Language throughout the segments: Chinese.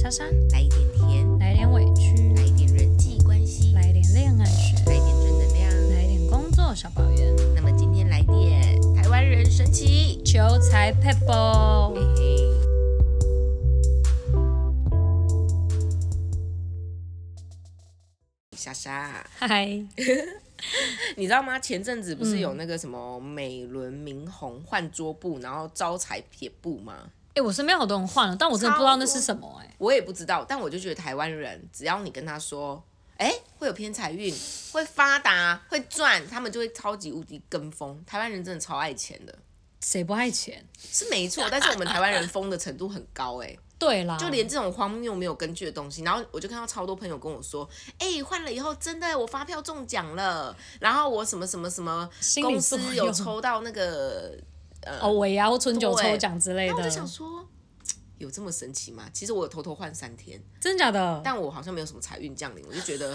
珊珊，来一点甜，来点委屈，来一点人际关系，来点恋爱学，来一点正能量。来点工作小抱怨，那么今天来点台湾人神奇，求财 people 嘿。嘿。莎莎，嗨，你知道吗？前阵子不是有那个什么美轮明宏换桌布，然后招财撇步吗？哎，我身边好多人换了，但我真的不知道那是什么哎、我也不知道，但我就觉得台湾人，只要你跟他说，哎、会有偏财运，会发达，会赚，他们就会超级无敌跟风。台湾人真的超爱钱的，谁不爱钱？是没错，但是我们台湾人疯的程度很高、 哎，对啦，就连这种荒谬没有根据的东西，然后我就看到超多朋友跟我说，哎、换了以后真的我发票中奖了，然后我什么什么什么心理公作司用有抽到那 个呃哦尾牙或春酒对抽奖之类然后我就的，想说，有这么神奇吗？其实我有偷偷换三天。真假的？但我好像没有什么财运降临，我就 觉得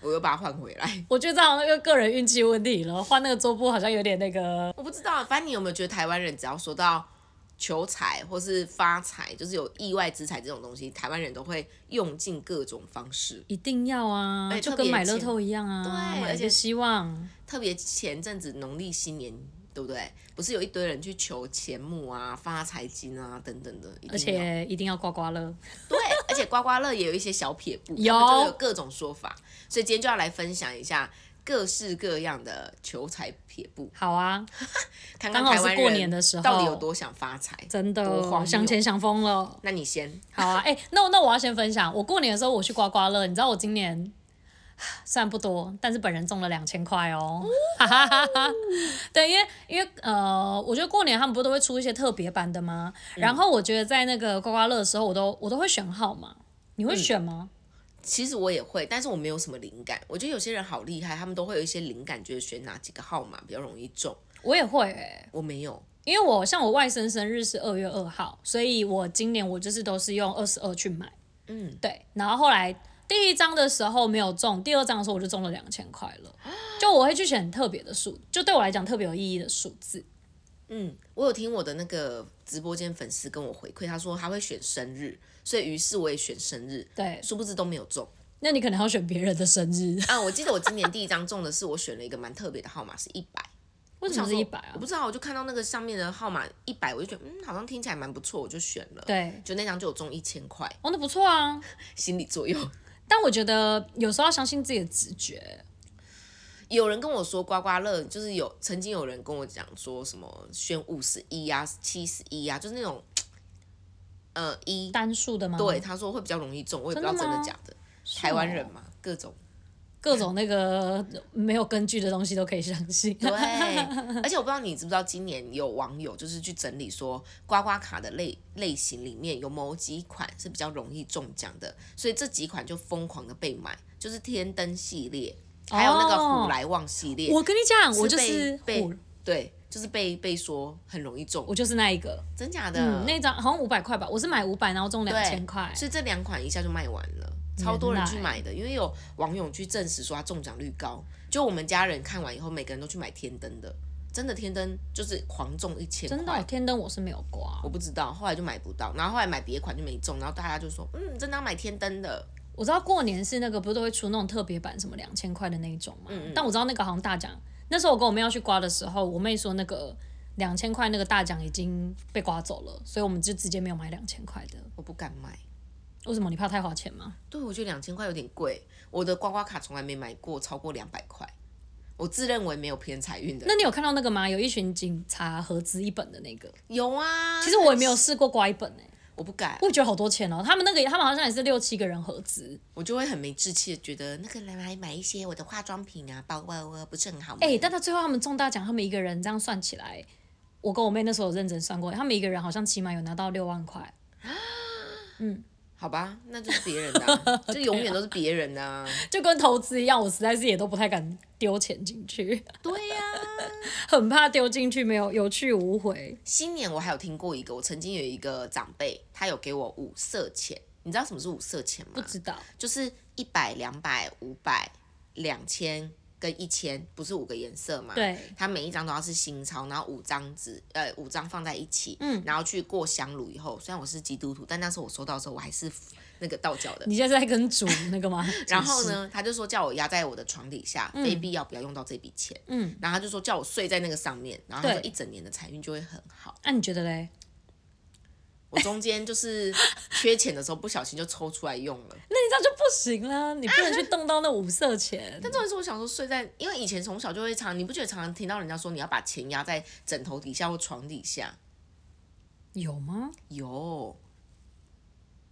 我又把它换回来。我觉得这好像个个人运气问题了，换那个桌布好像有点那个，我不知道，啊反正你有没有觉得台湾人只要说到求财或是发财，就是有意外之财这种东西，台湾人都会用尽各种方式。一定要啊，哎就特跟别买乐钱透一样啊，对买而一且个希望。特别前阵子农历新年，对不对？不是有一堆人去求钱木啊、发财金啊等等的，一而定要且一定要刮刮乐，对，而且刮刮乐也有一些小撇步，有他们就有各种说法，所以今天就要来分享一下各式各样的求财撇步。好啊，看看刚好台是湾过人年的时候到底有多想发财？真多荒的谬想钱想疯了。那你先，好啊，哎、那那我要先分享，我过年的时候我去刮刮乐，你知道我今年虽然不多，但是本人中了两千块哦， 哈哈哈哈。对，因为因为呃，我觉得过年他们不都会出一些特别版的吗？然后我觉得在那个刮刮乐的时候，我都我都会选号码，你会选吗？其实我也会，但是我没有什么灵感。我觉得有些人好厉害，他们都会有一些灵感，觉得选哪几个号码比较容易中。我也会、欸，我没有，因为我像我外甥生日是二月二号，所以我今年我就是都是用二十二去买。嗯，对，然后后来第一张的时候没有中，第二张的时候我就中了两千块了。就我会去选特别的数，就对我来讲特别有意义的数字。嗯，我有听我的那个直播间粉丝跟我回馈，他说他会选生日，所以于是我也选生日，对，殊不知都没有中。那你可能要选别人的生日，啊，我记得我今年第一张中的是我选了一个蛮特别的号码，是一百。为什么是一百啊我不？知道，我就看到那个上面的号码一百，我就觉得嗯，好像听起来蛮不错，我就选了。，对，就那张就有中一千块，哦，那不错啊。心理作用。但我觉得有时候要相信自己的直觉。有人跟我说刮刮乐，就是有曾经有人跟我讲说什么选五十一呀、七十一呀，就是那种呃一，单数的吗？对，，他说会比较容易中，我也不知道真真的吗的假的。台湾人嘛，各种各种那个没有根据的东西都可以相信。对，而且我不知道你知不知道，今年有网友就是去整理说刮刮卡的类类型里面有某几款是比较容易中奖的，所以这几款就疯狂的被买，就是天灯系列，还有那个哦虎来旺系 列，我跟你讲，我就被是被虎，对，就是被被说很容易中我，就是那一个，真假的？嗯，那张好像五百块吧，我是买五百，然后中两千块，所以这两款一下就卖完了，超多人去买的，因为有网友去证实说它中奖率高。就我们家人看完以后，每个人都去买天灯的，真的天灯就是狂中一千真的哦、块。天灯我是没有刮我，不知道，后来就买不到，然后后来买别款就没中，然后大家就说，嗯，真的要买天灯的，我知道过年是那个不是都会出那种特别版，什么两千块的那一种嘛。但我知道那个好像大奖，那时候我跟我妹要去刮的时候，我妹说那个两千块那个大奖已经被刮走了，所以我们就直接没有买两千块的。我不敢买。为什么？你怕太花钱吗？对，我觉得两千块有点贵，我的刮刮卡从来没买过超过两百块，我自认为没有偏财运的。那你有看到那个吗？有一群警察合资一本的那个，有啊，其实我也没有试过刮一本哎、我不敢，我也觉得好多钱哦、他们那个他们好像也是六七个人合资，我就会很没志气的觉得那个人来买一些我的化妆品啊、包包啊，不是很好吗？哎、但到最后他们中大奖，他们一个人这样算起来，我跟我妹那时候有认真算过，他们一个人好像起码有拿到六万块。好吧，那就是别人的啊、 就永远都是别人的啊。就跟投资一样，我实在是也都不太敢丢钱进去，对呀、很怕丢进去没有有去无回。新年我还有听过一个，我曾经有一个长辈，他有给我五色钱，你知道什么是五色钱吗不？知道就是一百、两百、五百、两千。跟一千，不是五个颜色嘛？。对，它每一张都要是新钞，然后五张纸，呃，五张放在一起，嗯然后去过香炉以后，虽然我是基督徒，但那时候我收到的时候，我还是那个道教的。你现在在跟主那个吗？ 然后主事？呢，他就说叫我压在我的床底下，非必要不要用到这笔钱。嗯，然后他就说叫我睡在那个上面，然后他说对一整年的财运就会很好。啊那、你觉得嘞？我中间就是缺钱的时候不小心就抽出来用了，那你这样就不行啦，你不能去动到那五色钱。 但重点是我想说睡在，因为以前从小就会常，你不觉得常常听到人家说你要把钱压在枕头底下或床底下？有吗？有，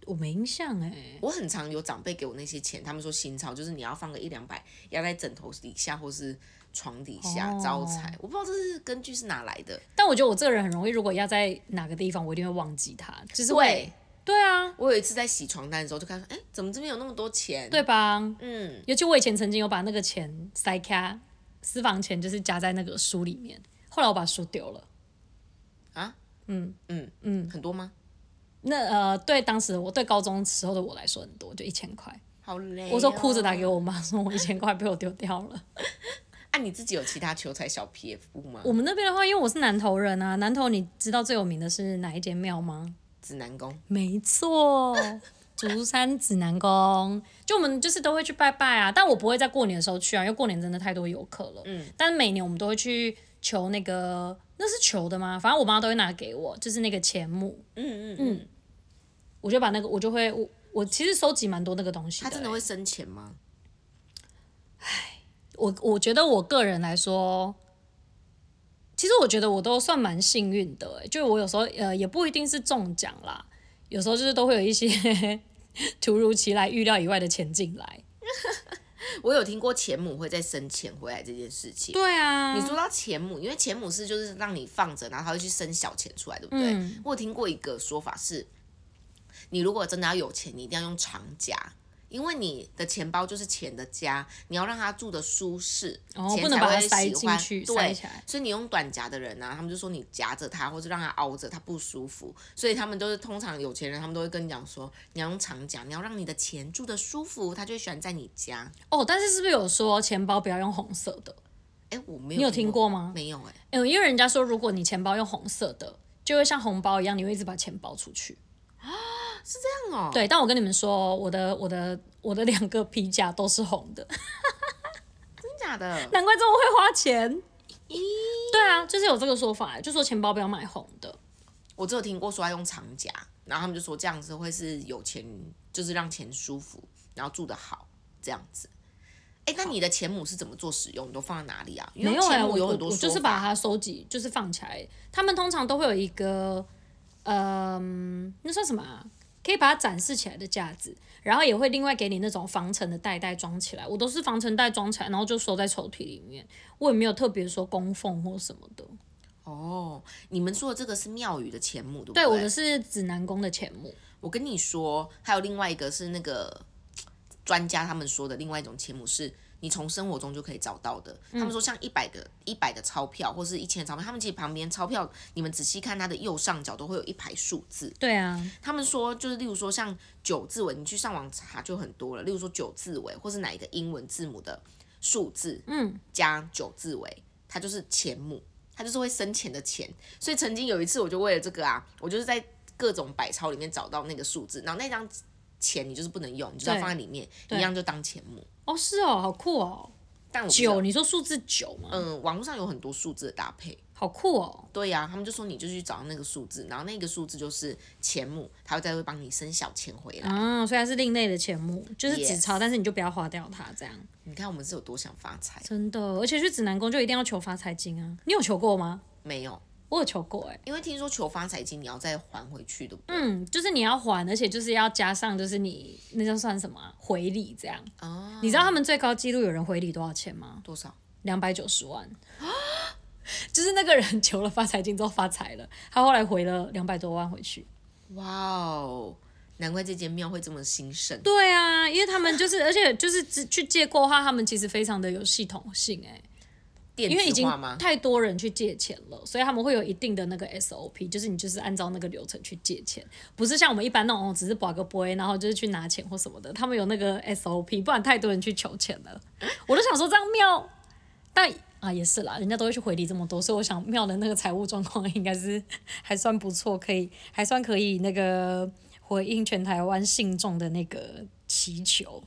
我没印象哎、我很常有长辈给我那些钱，他们说新钞就是你要放个一两百，压在枕头底下或是床底下哦招财。我不知道这是根据是哪来的，但我觉得我这个人很容易，如果压在哪个地方，我一定会忘记它，就是会。对啊，我有一次在洗床单的时候就看说，哎、怎么这边有那么多钱？，对吧？嗯，尤其我以前曾经有把那个钱塞卡私房钱，就是夹在那个书里面。后来我把书丢了。啊，嗯，嗯嗯，很多吗？那呃，对当时我对高中时候的我来说很多，就一千块。好累、哦我说哭着打给我。我妈，说我一千块被我丢掉了。啊，你自己有其他求财小 P F 吗？我们那边的话，因为我是南投人啊，南投你知道最有名的是哪一间庙吗？指南宫，没错，竹山指南宫，就我们就是都会去拜拜啊，但我不会在过年的时候去啊，因为过年真的太多游客了。嗯，但每年我们都会去求那个，那是求的吗？反正我妈都会拿给我，就是那个钱木，嗯嗯嗯，我就把那个，我就会我我其实收集蛮多那个东西他的、欸真的会生钱吗？我我觉得我个人来说，其实我觉得我都算蛮幸运的、欸，就是我有时候呃也不一定是中奖啦，有时候就是都会有一些 突如其来、预料以外的钱进来。我有听过钱母会再生钱回来这件事情。对啊，你说到钱母，因为钱母是就是让你放着，然后它会去生小钱出来，对不对？嗯我有听过一个说法是，你如果真的要有钱，你一定要用长夹，因为你的钱包就是钱的家，你要让它住的舒适，哦，钱不才能把它会塞喜进欢。去，塞对，起来。所以你用短夹的人啊，他们就说你夹着它，或者让它凹着，它不舒服。所以他们都是通常有钱人，他们都会跟你讲说，你要用长夹，你要让你的钱住的舒服，它就会喜欢在你家。哦，但是是不是有说钱包不要用红色的？哎，我没有，你有听？过吗？没有哎、哎、因为人家说如果你钱包用红色的，就会像红包一样，你会一直把钱包出去。这样哦，对，但我跟你们说，我的我的我的两个皮夹都是红的，真假的？难怪这么会花钱。对啊，就是有这个说法，就说钱包不要买红的。我只有听过说要用长夹，然后他们就说这样子会是有钱，就是让钱舒服，然后住得好这样子。哎，那你的钱母是怎么做使用？你都放在哪里啊？因没为有哎、钱我母有我很多我说法，就是把它收集，就是放起来。他们通常都会有一个，嗯、那算什么啊？可以把它展示起来的架子，然后也会另外给你那种防尘的袋袋装起来。我都是防尘袋装起来，然后就收在抽屉里面。我也没有特别说供奉或什么的。哦。你们说的这个是庙宇的钱母，对不对，我对的是指南宫的钱木。我跟你说，还有另外一个是那个专家他们说的另外一种钱母是。你从生活中就可以找到的。嗯他们说，像一百个一百个钞票或是一千钞票，他们其实旁边钞票，你们仔细看它的右上角都会有一排数字。对啊，他们说，就是例如说像九字尾，你去上网查就很多了。例如说九字尾，或是哪一个英文字母的数字，嗯，加九字尾，它就是钱母，它就是会生钱的钱。所以曾经有一次，我就为了这个啊，我就是在各种百钞里面找到那个数字，然后那张钱你就是不能用，你就是要对放在里面，对一样就当钱母。哦是哦，好酷哦。但我不知道九，，你说数字九吗？嗯，网络上有很多数字的搭配。好酷哦。对呀、他们就说你就去找那个数字，然后那个数字就是钱母，它会再会帮你生小钱回来。啊，所以它是另类的钱木，就是纸 Yes 钞，但是你就不要花掉它，这样你看我们是有多想发财？真的。而且去指南宫就一定要求发财金啊，你有求过吗？没有，我有求过哎、因为听说求发财金你要再还回去，对不对？嗯，就是你要还，而且就是要加上就是你那叫算什么啊、回礼这样。啊，你知道他们最高纪录有人回礼多少钱吗？多少？两百九十万。 就是那个人 求了发财金之后发财了，他后来回了两百多万回去。哇哦，难怪这间庙会这么兴盛。对啊，因为他们就是，而且就是只去借过的话，他们其实非常的有系统性哎、电因为已子经化吗？太多人去借钱了，所以他们会有一定的那个 SOP，就是你就是按照那个流程去借钱，不是像我们一般那种哦只是保个杯，然后就是去拿钱或什么的，他们有那个 SOP，不然太多人去求钱了。我都想说这样庙但啊也是啦，人家都会去回礼这么多，所以我想妙的那个财务状况应该是还算不错，可以还算可以那个回应全台湾信众的那个祈求。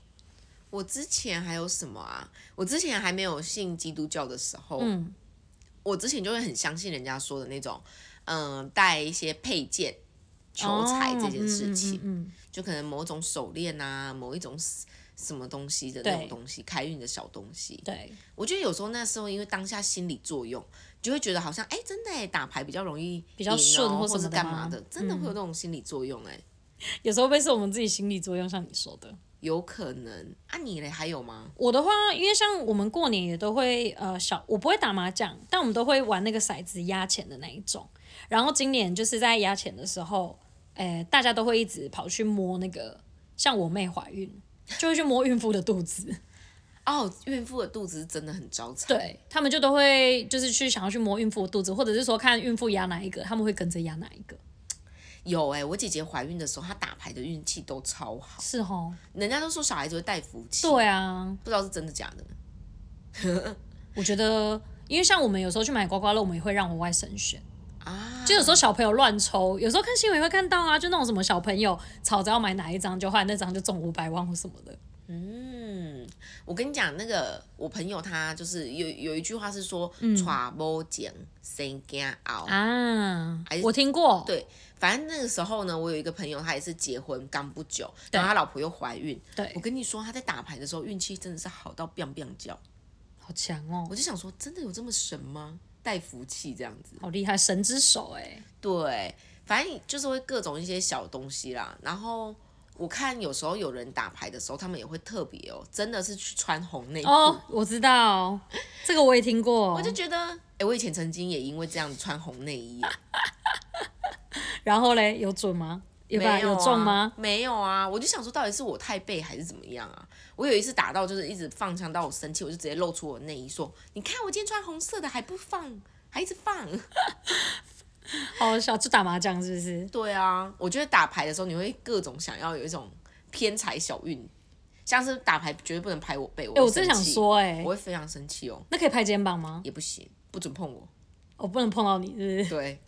我之前还有什么啊？我之前还没有信基督教的时候，嗯，我之前就会很相信人家说的那种，嗯、带一些配件求财这件事情，哦嗯嗯嗯嗯就可能某种手链啊，某一种 s- 什么东西的那对种东西，开运的小东西。对，我觉得有时候那时候因为当下心理作用，就会觉得好像哎、真的哎、打牌比较容易、哦比较顺或或什么是的干吗嗯嘛的，真的会有那种心理作用哎、有时候会是我们自己心理作用，像你说的。有可能啊，你嘞还有吗？我的话，因为像我们过年也都会呃小，我不会打麻将，但我们都会玩那个骰子压钱的那一种。然后今年就是在压钱的时候，呃，大家都会一直跑去摸那个，像我妹怀孕，就会去摸孕妇的肚子。哦，孕妇的肚子是真的很招 财，对他们就都会就是去想要去摸孕妇的肚子，或者是说看孕妇压哪一个，他们会跟着压哪一个。有哎、我姐姐怀孕的时候，她打牌的运气都超好，是哦，人家都说小孩子会带福气，对啊，不知道是真的假的。我觉得，因为像我们有时候去买刮刮乐，我们也会让我外甥选。啊，就有时候小朋友乱抽，有时候看新闻也会看到啊，就那种什么小朋友吵着要买哪一张，就后来那张就中五百万或什么的。嗯，我跟你讲，那个我朋友他就是有有一句话是说“嗯娶某剪生惊熬啊哦哎我听过，对”，反正那个时候呢，我有一个朋友，他也是结婚刚不久，然后对他老婆又怀孕。我对，跟你说，他在打牌的时候运气真的是好到 biang biang 叫，好强哦我，就想说，真的有这么神吗？带福气这样子，好厉害，神之手 哎，对，反正就是会各种一些小东西啦。然后我看有时候有人打牌的时候，他们也会特别哦，真的是去穿红内裤。哦，我知道，这个我也听过哎我就，觉得，哎、我以前曾经也因为这样子穿红内衣，啊然后嘞，有准吗？有没吧？啊有中吗？？没有啊，我就想说，到底是我太背还是怎么样啊？我有一次打到就是一直放枪到我生气，我就直接露出我内衣说：“你看我今天穿红色的还不放，还一直放。 好好笑，就打麻将是不是”？对啊，我觉得打牌的时候你会各种想要有一种偏财小运，像是打牌绝对不能拍我背，我哎，我真真想说哎我，会非常生气哦，那可以拍肩膀吗？也不行，不准碰我。我不能碰到你，是不是？对，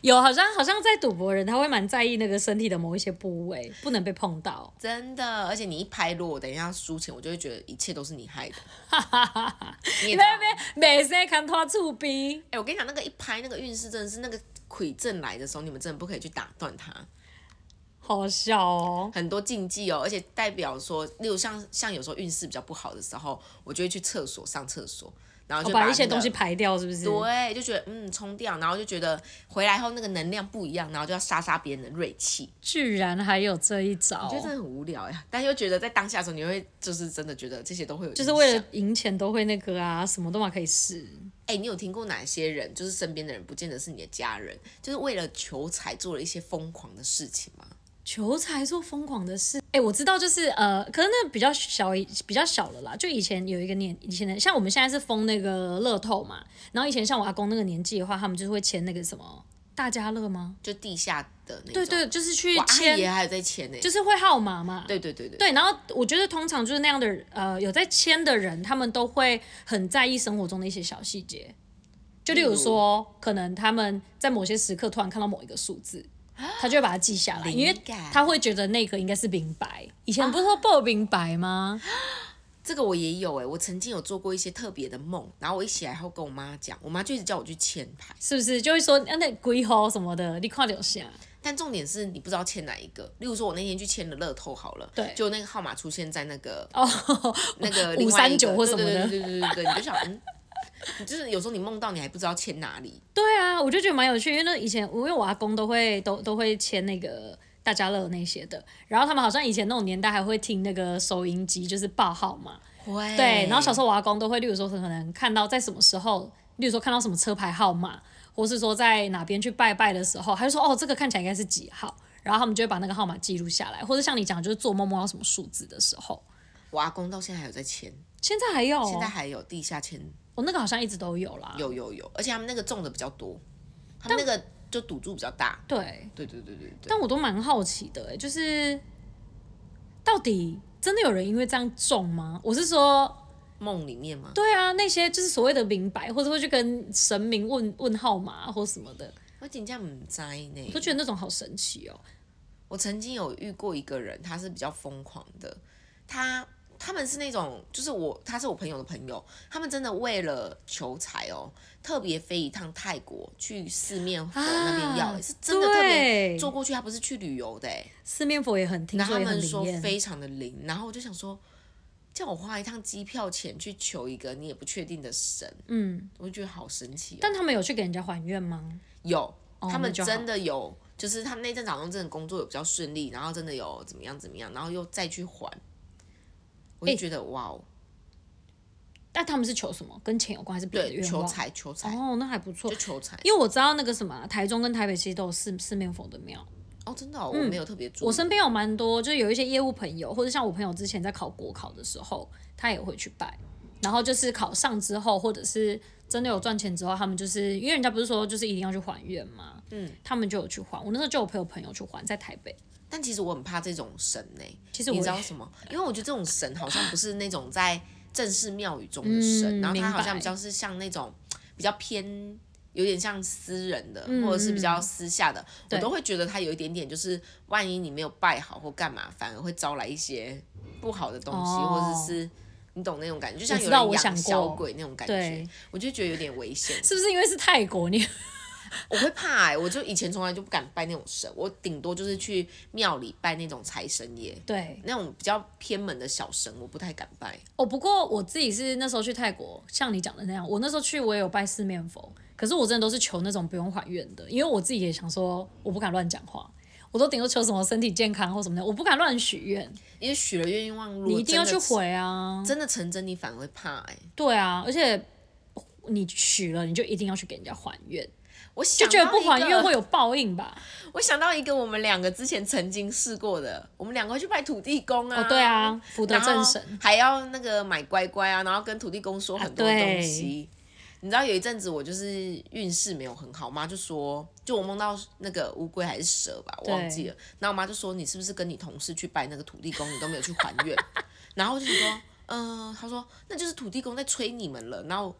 有，好像好像在赌博的人，他会蛮在意那个身体的某一些部位，不能被碰到。真的，而且你一拍落，我等一下输钱，我就会觉得一切都是你害的。 你也知道那边没谁看他厝边，哎、我跟你讲，那个一拍那个运势真的是那个鬼阵来的时候，你们真的不可以去打断它，好笑哦。很多禁忌哦，而且代表说，例如像像有时候运势比较不好的时候，我就会去厕所上厕所，然后我就哦把那一些个东西排掉，是不是？对，就觉得嗯冲掉，然后就觉得回来后那个能量不一样，然后就要杀杀别人的锐气，居然还有这一我招觉，得真的很无聊呀。但又觉得在当下的时候，你会就是真的觉得这些都会有，就是为了。赢钱都会那个啊，什么都嘛可以试。哎、你有听过哪些人，就是身边的人，不见得是你的家人，就是为了求财做了一些疯狂的事情吗？求财做疯狂的事，哎、我知道，就是呃，可是那比较小一，比较小了啦。就以前有一个年，以前的像我们现在是封那个乐透嘛，然后以前像我阿公那个年纪的话，他们就是会签那个什么大家乐吗？就地下的那种。对对，就是去我阿姨也签，还有在签呢、就是会号码嘛。对对对对，对，然后我觉得通常就是那样的人，呃，有在签的人，他们都会很在意生活中的一些小细节，就例如说，可能他们在某些时刻突然看到某一个数字，他就会把它记下来，因为啊灵感啊他会觉得那个应该是明白。以前不是说报明白吗？这个我也有哎、我曾经有做过一些特别的梦，然后我一起来后跟我妈讲，我妈就一直叫我去签牌，是不是就会说啊那鬼吼什么的，你快留下。但重点是你不知道签哪一个。例如说，我那天去签了乐透好了，对就那个号码出现在那个哦，那个另外一个539或什么的对对对对对对对，你就想嗯。你就是有时候你梦到你还不知道签哪里，对啊，我就觉得蛮有趣，因为那以前我因为我阿公都会都都会签那个大家乐那些的，然后他们好像以前那种年代还会听那个收音机，就是报号嘛。会对，然后小时候候我阿公都会，例如说可能看到在什么时候，例如说看到什么车牌号码，或是说在哪边去拜拜的时候，他就说哦，这个看起来应该是几号，然后他们就会把那个号码记录下来，或者像你讲，就是做梦梦到什么数字的时候，我阿公到现在还有在签，现在还有哦，现在还有地下签，我、那个好像一直都有啦，有有有，而且他们那个中的比较多，他们那个就赌注比较大，对，对对对对对。但我都蛮好奇的、欸，就是到底真的有人因为这样中吗？我是说，梦里面吗？对啊，那些就是所谓的明白，或者会去跟神明问问号码啊或什么的，我真正唔知呢。我都觉得那种好神奇哦。我曾经有遇过一个人，他是比较疯狂的，他他们是那种，就是我他是我朋友的朋友，他们真的为了求财哦，特别飞一趟泰国去四面佛那边要、啊是真的特别对坐过去，他不是去旅游的哎，四面佛也很，听然后说他也很们说灵验。非常的灵，然后我就想说，叫我花一趟机票钱去求一个你也不确定的神，嗯，我就觉得好神奇、哦。但他们有去给人家还愿吗？有，哦他那们就好真的有，就是他们那阵早上真的工作有比较顺利，然后真的有怎么样怎么样，然后又再去还，我就诶觉得、哇哦，但他们是求什么？跟钱有关还是别的对，愿求望？财求财、哦，那还不错就。求财因为我知道那个什么，啊台中跟台北其实都有四四面佛的庙。哦，真的、哦，我没有特别嗯注我意，身边有蛮多，就是有一些业务朋友，或者像我朋友之前在考国考的时候，他也会去拜。然后就是考上之后，或者是真的有赚钱之后，他们就是因为人家不是说就是一定要去还愿嘛，嗯，他们就有去还。我那时候就有陪我朋友去还，在台北。但其实我很怕这种神呢、其实我你也知 道什么？因为我觉得这种神好像不是那种在正式庙宇中的嗯神，然后他明白好像比较是像那种比较偏。有点像私人的，嗯或者是比较私下的，我对都会觉得他有一点点，就是万一你没有拜好或干嘛，反而会招来一些不好的东西，哦或者是你懂那种感觉，就像我有知道人我想过养小鬼那种感觉对，我就觉得有点危险。是不是因为是泰国？你我会怕哎、我就以前从来就不敢拜那种神，我顶多就是去庙里拜那种财神爷，对那种比较偏门的小神，我不太敢拜。嗯哦，不过我自己是那时候去泰国，像你讲的那样，我那时候去我也有拜四面佛，可是我真的都是求那种不用还愿的，因为我自己也想说我不敢乱讲话，我都顶多求什么身体健康或什么的，我不敢乱许愿。因为许了愿望，如果你一定要去真的回啊！真的成真，你反而会怕哎、对啊，而且你许了，你就一定要去给人家还愿，我就想觉得到不一还个愿会有报应 吧？我想到一个我们两个之前曾经试过的，我们两个会去拜土地公啊。哦，对。啊，福德然后正神，还要那个买乖乖啊，然后跟土地公说很多啊对东西。你知道有一阵子我就是运势没有很好，我妈就说，就我梦到那个乌龟还是蛇吧，我对忘记了。然后我妈就说你是不是跟你同事去拜那个土地公，你都没有去还愿？ 然后我就想说，嗯、她说那就是土地公在催你们了。然后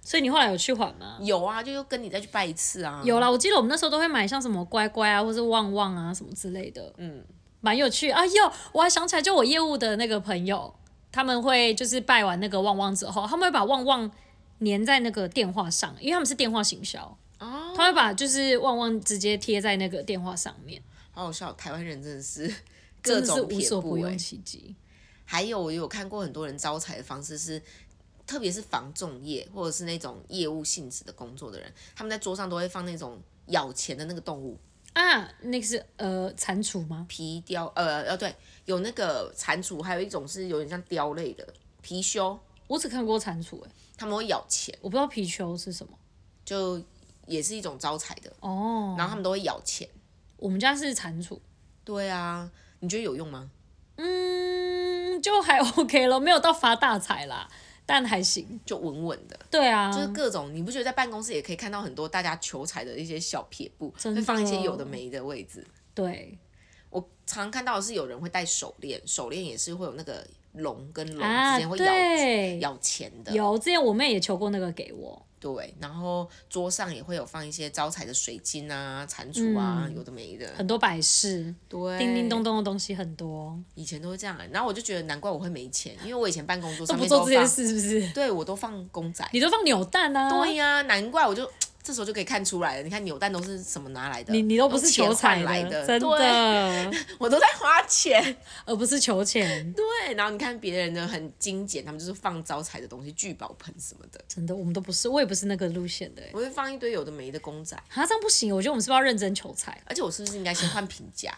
所以你后来有去还吗？有啊，就又跟你再去拜一次啊。有啦，我记得我们那时候都会买像什么乖乖啊，或是旺旺啊什么之类的，嗯，蛮有趣。哎呦，我还想起来，就我业务的那个朋友，他们会就是拜完那个旺旺之后，他们会把旺旺粘在那个电话上，因为他们是电话行销，哦，他会把就是旺旺直接贴在那个电话上面。好好笑，台湾人真的是 真各的是种无撇所步不欸用其极。还有我有看过很多人招财的方式是，特别是防重业或者是那种业务性质的工作的人，他们在桌上都会放那种咬钱的那个动物啊，那个是呃蟾蜍吗？皮雕，呃呃对，有那个蟾蜍，还有一种是有点像雕类的貔貅，我只看过蟾蜍、欸，哎，他们会咬钱，我不知道貔貅是什么。就也是一种招财的，哦，然后他们都会咬钱。我们家是蟾蜍，对啊，你觉得有用吗？嗯，就还 OK 了，没有到发大财啦，但还行。就稳稳的，对啊，就是各种，你不觉得在办公室也可以看到很多大家求财的一些小撇步，真会放一些的有的没的位置。对我常看到的是有人会戴手链，手链也是会有那个龙跟龙之啊，间会咬、对，咬钱的，有之前我妹也求过那个给我，对。然后桌上也会有放一些招财的水晶啊、蟾蜍啊，有的没的，很多摆饰，对，嗯呃叮叮咚。咚的东西很多，以前都会这样、然后我就觉得难怪我会没钱，因为我以前办公桌都上不面做都这些放，事是不是？对我都放公仔。你都放扭蛋啊？对呀、难怪我就这时候就可以看出来了。你看扭蛋都是什么拿来的？你你都不用是钱求财换来的，的，真对，的，我都在花钱。而不是求钱。对，然后你看别人的很精简，他们就是放招财的东西，聚宝盆什么的，真的，我们都不是，我也不是那个路线的欸。我会放一堆有的没的公仔。啊，这样不行，我觉得我们是不是要认真求财？啊而且我是不是应该先换皮夹？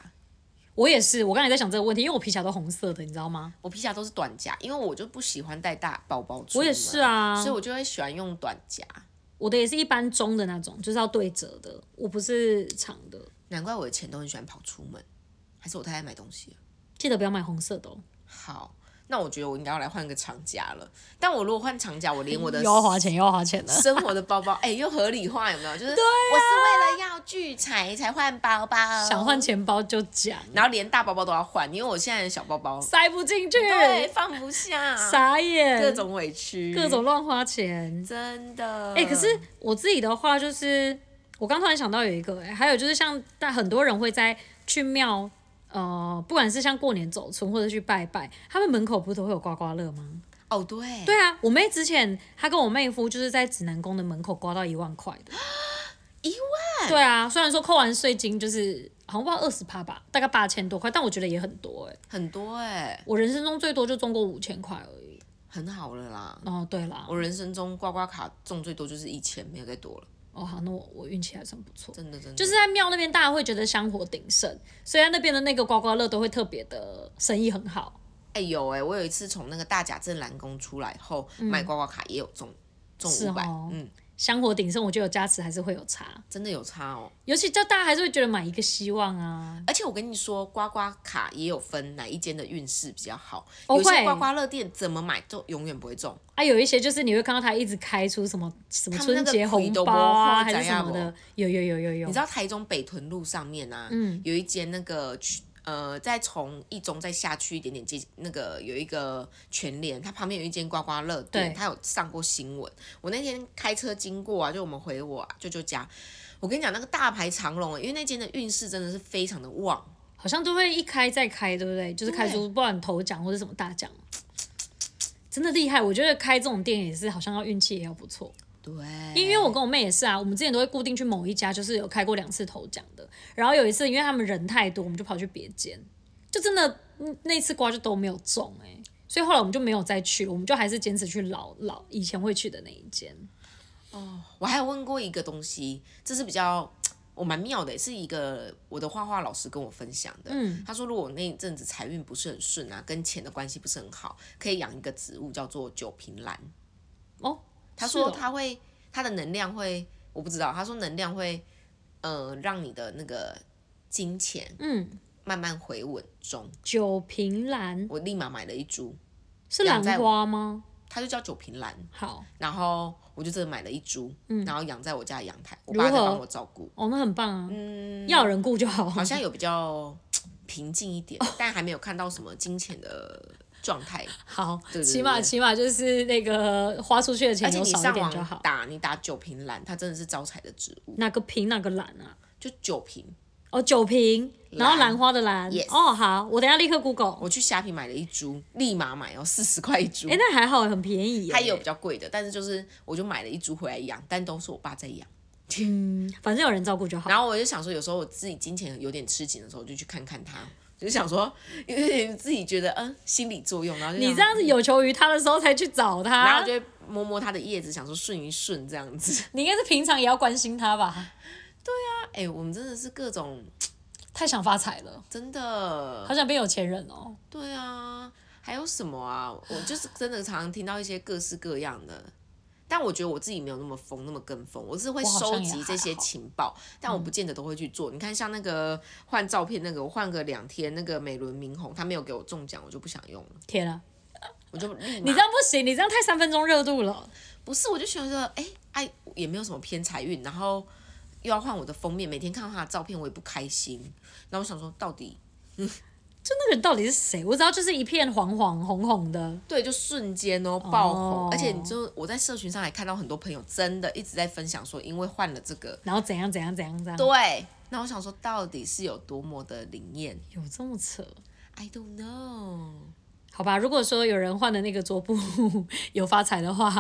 我也是，我刚才在想这个问题，因为我皮夹都红色的，你知道吗？我皮夹都是短夹，因为我就不喜欢带大包包出我门。也是，啊，所以我就会喜欢用短夹。我的也是一般中的那种，就是要对折的，我不是长的。难怪我的钱都很喜欢跑出门，还是我太爱买东西了。记得不要买红色的哦。好，那我觉得我应该要来换个长夹了。但我如果换长夹，我连我的又要花钱又要花钱了。生活的包包，哎、又合理化有没有？就是我是为了要聚财才换包包，啊想换，钱包就讲，然后连大包包都要换，因为我现在的小包包塞不进去，对放不 下，傻眼，各种委屈，各种乱花钱。真的。哎、可是我自己的话就是，我刚突然想到有一个、哎还有就是像但很多人会在去庙，呃，不管是像过年走村或者去拜拜，他们门口不都会有刮刮乐吗？哦，对，对啊，我妹之前她跟我妹夫就是在指南宫的门口刮到一万块的， 一万？对啊，虽然说扣完税金就是好像不知道二十趴吧，大概八千多块，但我觉得也很多哎、很多哎、我人生中最多就中过五千块而已。很好了啦。哦，对啦，我人生中刮刮卡中最多就是一千，没有再多了，哦好，那我我运气还算不错。真的真的。就是在庙那边，大家会觉得香火鼎盛，所以在那边的那个刮刮乐都会特别的生意很好。哎、有哎、我有一次从那个大甲镇澜宫出来后、买刮刮卡也有中中是五百、哦嗯，香火鼎盛，我觉得有加持还是会有差，真的有差哦。尤其叫大家还是会觉得买一个希望啊。而且我跟你说，刮刮卡也有分哪一间的运势比较好，哦有些会刮刮乐店怎么买都永远不会中。啊，有一些就是你会看到他一直开出什么什么他们那春个节红包鬼都没啊，花还是什么怎的样，哦有有有有有，你知道台中北屯路上面啊，有一间那个去呃，再从一中再下去一点点接近那个有一个全联，它旁边有一间刮刮乐店，对它有上过新闻。我那天开车经过啊，就我们回我、舅舅家，我跟你讲那个大排长龙、欸，因为那间的运势真的是非常的旺。好像都会一开再开，对不对？就是开出不管头奖或者什么大奖，真的厉害。我觉得开这种店也是好像要运气也要不错。对，因为我跟我妹也是啊，我们之前都会固定去某一家，就是有开过两次头奖的。然后有一次，因为他们人太多，我们就跑去别间，就真的嗯那次刮就都没有中哎、所以后来我们就没有再去了，我们就还是坚持去老老以前会去的那一间。我还有问过一个东西，这是比较我蛮妙的，欸是一个我的画画老师跟我分享的。嗯他说如果我那一阵子财运不是很顺啊，跟钱的关系不是很好，可以养一个植物叫做九瓶兰。哦，他是说哦他会他的能量会，我不知道，他说能量会，呃，让你的那个金钱嗯，慢慢回稳中。九瓶兰我立马买了一株，是养兰在花吗？它就叫九瓶兰，好然后我就真的买了一株，然后养在我家的阳台，嗯我如爸在何帮我照顾。哦，那很棒啊，要有人顾就好。嗯好像有比较平静一点，但还没有看到什么金钱的状态。好，对对对起码对起码就是那个花出去的而钱且有你少一上点就网好。打，你打九瓶兰，它真的是招财的植物，哪个瓶哪个兰啊？就九瓶。哦，酒瓶，然后兰兰花的兰。 Yes 哦，好，我等一下立刻 Google。我去虾皮买了一株，立马买哦，四十块一株哎、。那还好，很便宜耶。它也有比较贵的，但是就是我就买了一株回来养，但都是我爸在养。哦反正有人照顾就好。然后我就想说，有时候我自己金钱有点吃紧的时候，我就去看看它，就想说，因为自己觉得嗯心理作用，然后就你想这样子有求于他的时候才去找然后他就，会摸摸它的叶子，想说顺一顺这样子。 你应该是平常也要关心他吧？哎、我们真的是各种太想发财了，真的，好想变有钱人哦。对啊，还有什么啊？我就是真的常常听到一些各式各样的，但我觉得我自己没有那么疯，那么跟风，我是会我好像收也集这还些好嗯情报， 但我不见得都会去做。你看，像那个换照片那个，我换个两天，那个美轮明宏他没有给我中奖，我就不想用了，天啊，我就立你马这样不行，你这样太三分钟热度了。不是，我就觉得哎哎、也没有什么偏财运，然后又要换我的封面，每天看到他的照片我也不开心，然后我想说到底。就那个人到底是谁？我知道，就是一片黄黄红红的，对，就瞬间哦爆红，哦而且你就我在社群上还看到很多朋友真的一直在分享说，因为换了这个，然后怎样怎样怎样怎样。对，那我想说到底是有多么的灵验有这么扯？ ？I don't know。好吧，如果说有人换的那个桌布 有发财的话，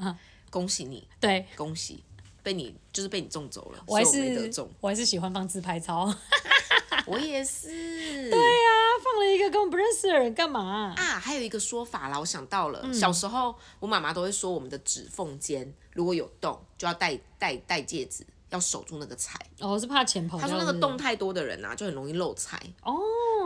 恭喜你，对恭喜，被你就是被你中走了，我还所以没得是中，我还是喜欢放自拍照。我也是。 对放了一个根本不认识的人干嘛啊、啊，还有一个说法啦，我想到了，嗯小时候我妈妈都会说，我们的指缝间如果有洞，就要戴戴戴戒指，要守住那个财。哦，是怕钱跑他掉。说那个是不是洞太多的人啊，就很容易漏财。哦，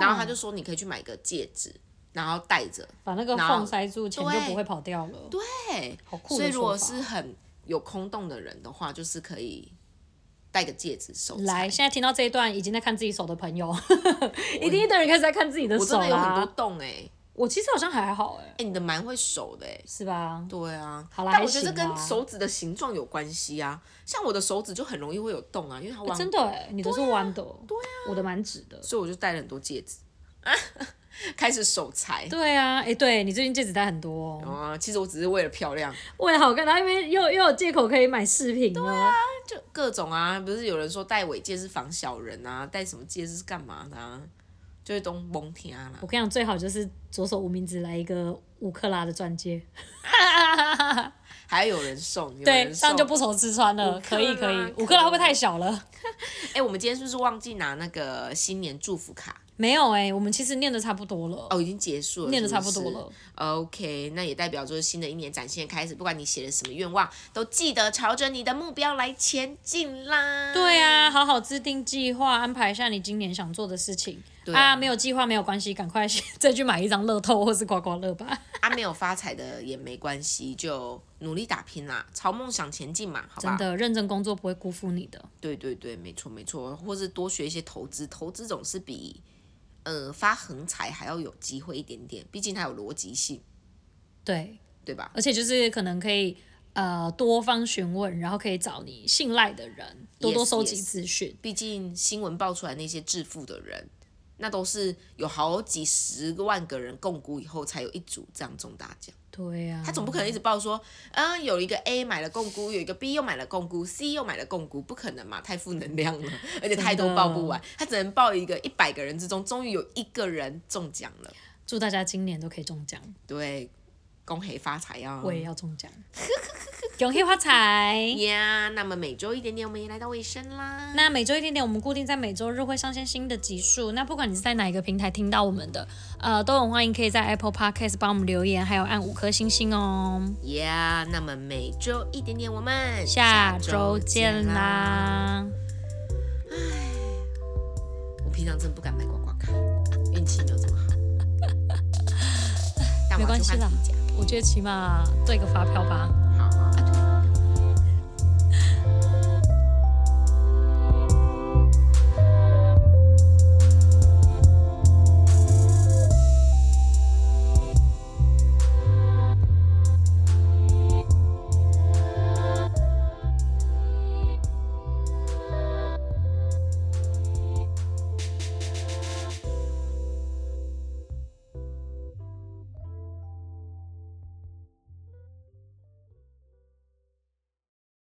然后他就说你可以去买个戒指，然后戴着。把那个然后缝塞住，钱就对不会跑掉了。对，好酷的所以如果说法是很有空洞的人的话，就是可以戴个戒指守来，财。现在听到 这一段已经在看自己手的朋友，一定一堆人开始在看自己的我手真的有很多啦。洞哎、我其实好像还好哎、哎、你的蛮会手的哎、是吧？对啊，好啦但还我觉得这行啦跟手指的形状有关系啊。像我的手指就很容易会有洞啊，因为它哎弯，真的哎、你的是弯的，对啊，我的蛮直的。所以我就戴了很多戒 指，开始手裁。对啊，哎、对你最近戒指戴很多、哦，啊、其实我只是为了漂亮，为了好看，然后因为又又有借口可以买饰品啊了。啊就各种啊，不是有人说戴尾戒是防小人啊，戴什么戒指是干嘛的啊？就是都蒙天啊啦我。跟你讲，最好就是左手无名指来一个五克拉的钻戒，还还有人送，有对，人这样送就不愁吃穿了。五克可拉以可以，可以啊五克拉会不会太小了？哎、我们今天是不是忘记拿那个新年祝福卡？没有哎、我们其实念的差不多了，哦，已经结束了，念的是嗯差不不是多了。。 OK，那也代表就是新的一年崭新的开始，不管你写了什么愿望，都记得朝着你的目标来前进啦。对啊，好好制定计划，安排一下你今年想做的事情。对啊，啊没有计划没有关系，赶快再去买一张乐透或是刮刮乐吧。啊，没有发财的也没关系，就努力打拼啦，朝梦想前进嘛，好真吧？的，认真工作不会辜负你的。对对对，没错没错，或是多学一些投资，投资总是比呃发横财还要有机会一点点，毕竟它有逻辑性，对，对吧？而且就是可能可以呃多方询问，然后可以找你信赖的人，多多 Yes, 收集 yes. 资讯。毕竟新闻爆出来那些致富的人，那都是有好几十万个人共股以后才有一组这样中大奖。对呀、啊，他总不可能一直报说，嗯，有一个 A 买了共估，有一个 B 又买了共估，C 又买了共估，不可能嘛，太负能量了，而且太多报不完，他只能报一个一百个人之中，终于有一个人中奖了，祝大家今年都可以中奖，对，恭喜发财啊！我也要中奖，恭喜发财！呀那么每周一点点，我们也来到尾声啦。那每周一点点，我们固定在每周日会上线新的集数。那不管你是在哪一个平台听到我们的，呃，都很欢迎可以在 Apple Podcast 帮我们留言，还有按五颗星星哦。呀那么每周一点点，我们下周见！啦！我平常真不敢买刮刮卡，运气没有这么好，但没我要关 去系换啦皮夹。啊我觉得起码对个发票吧。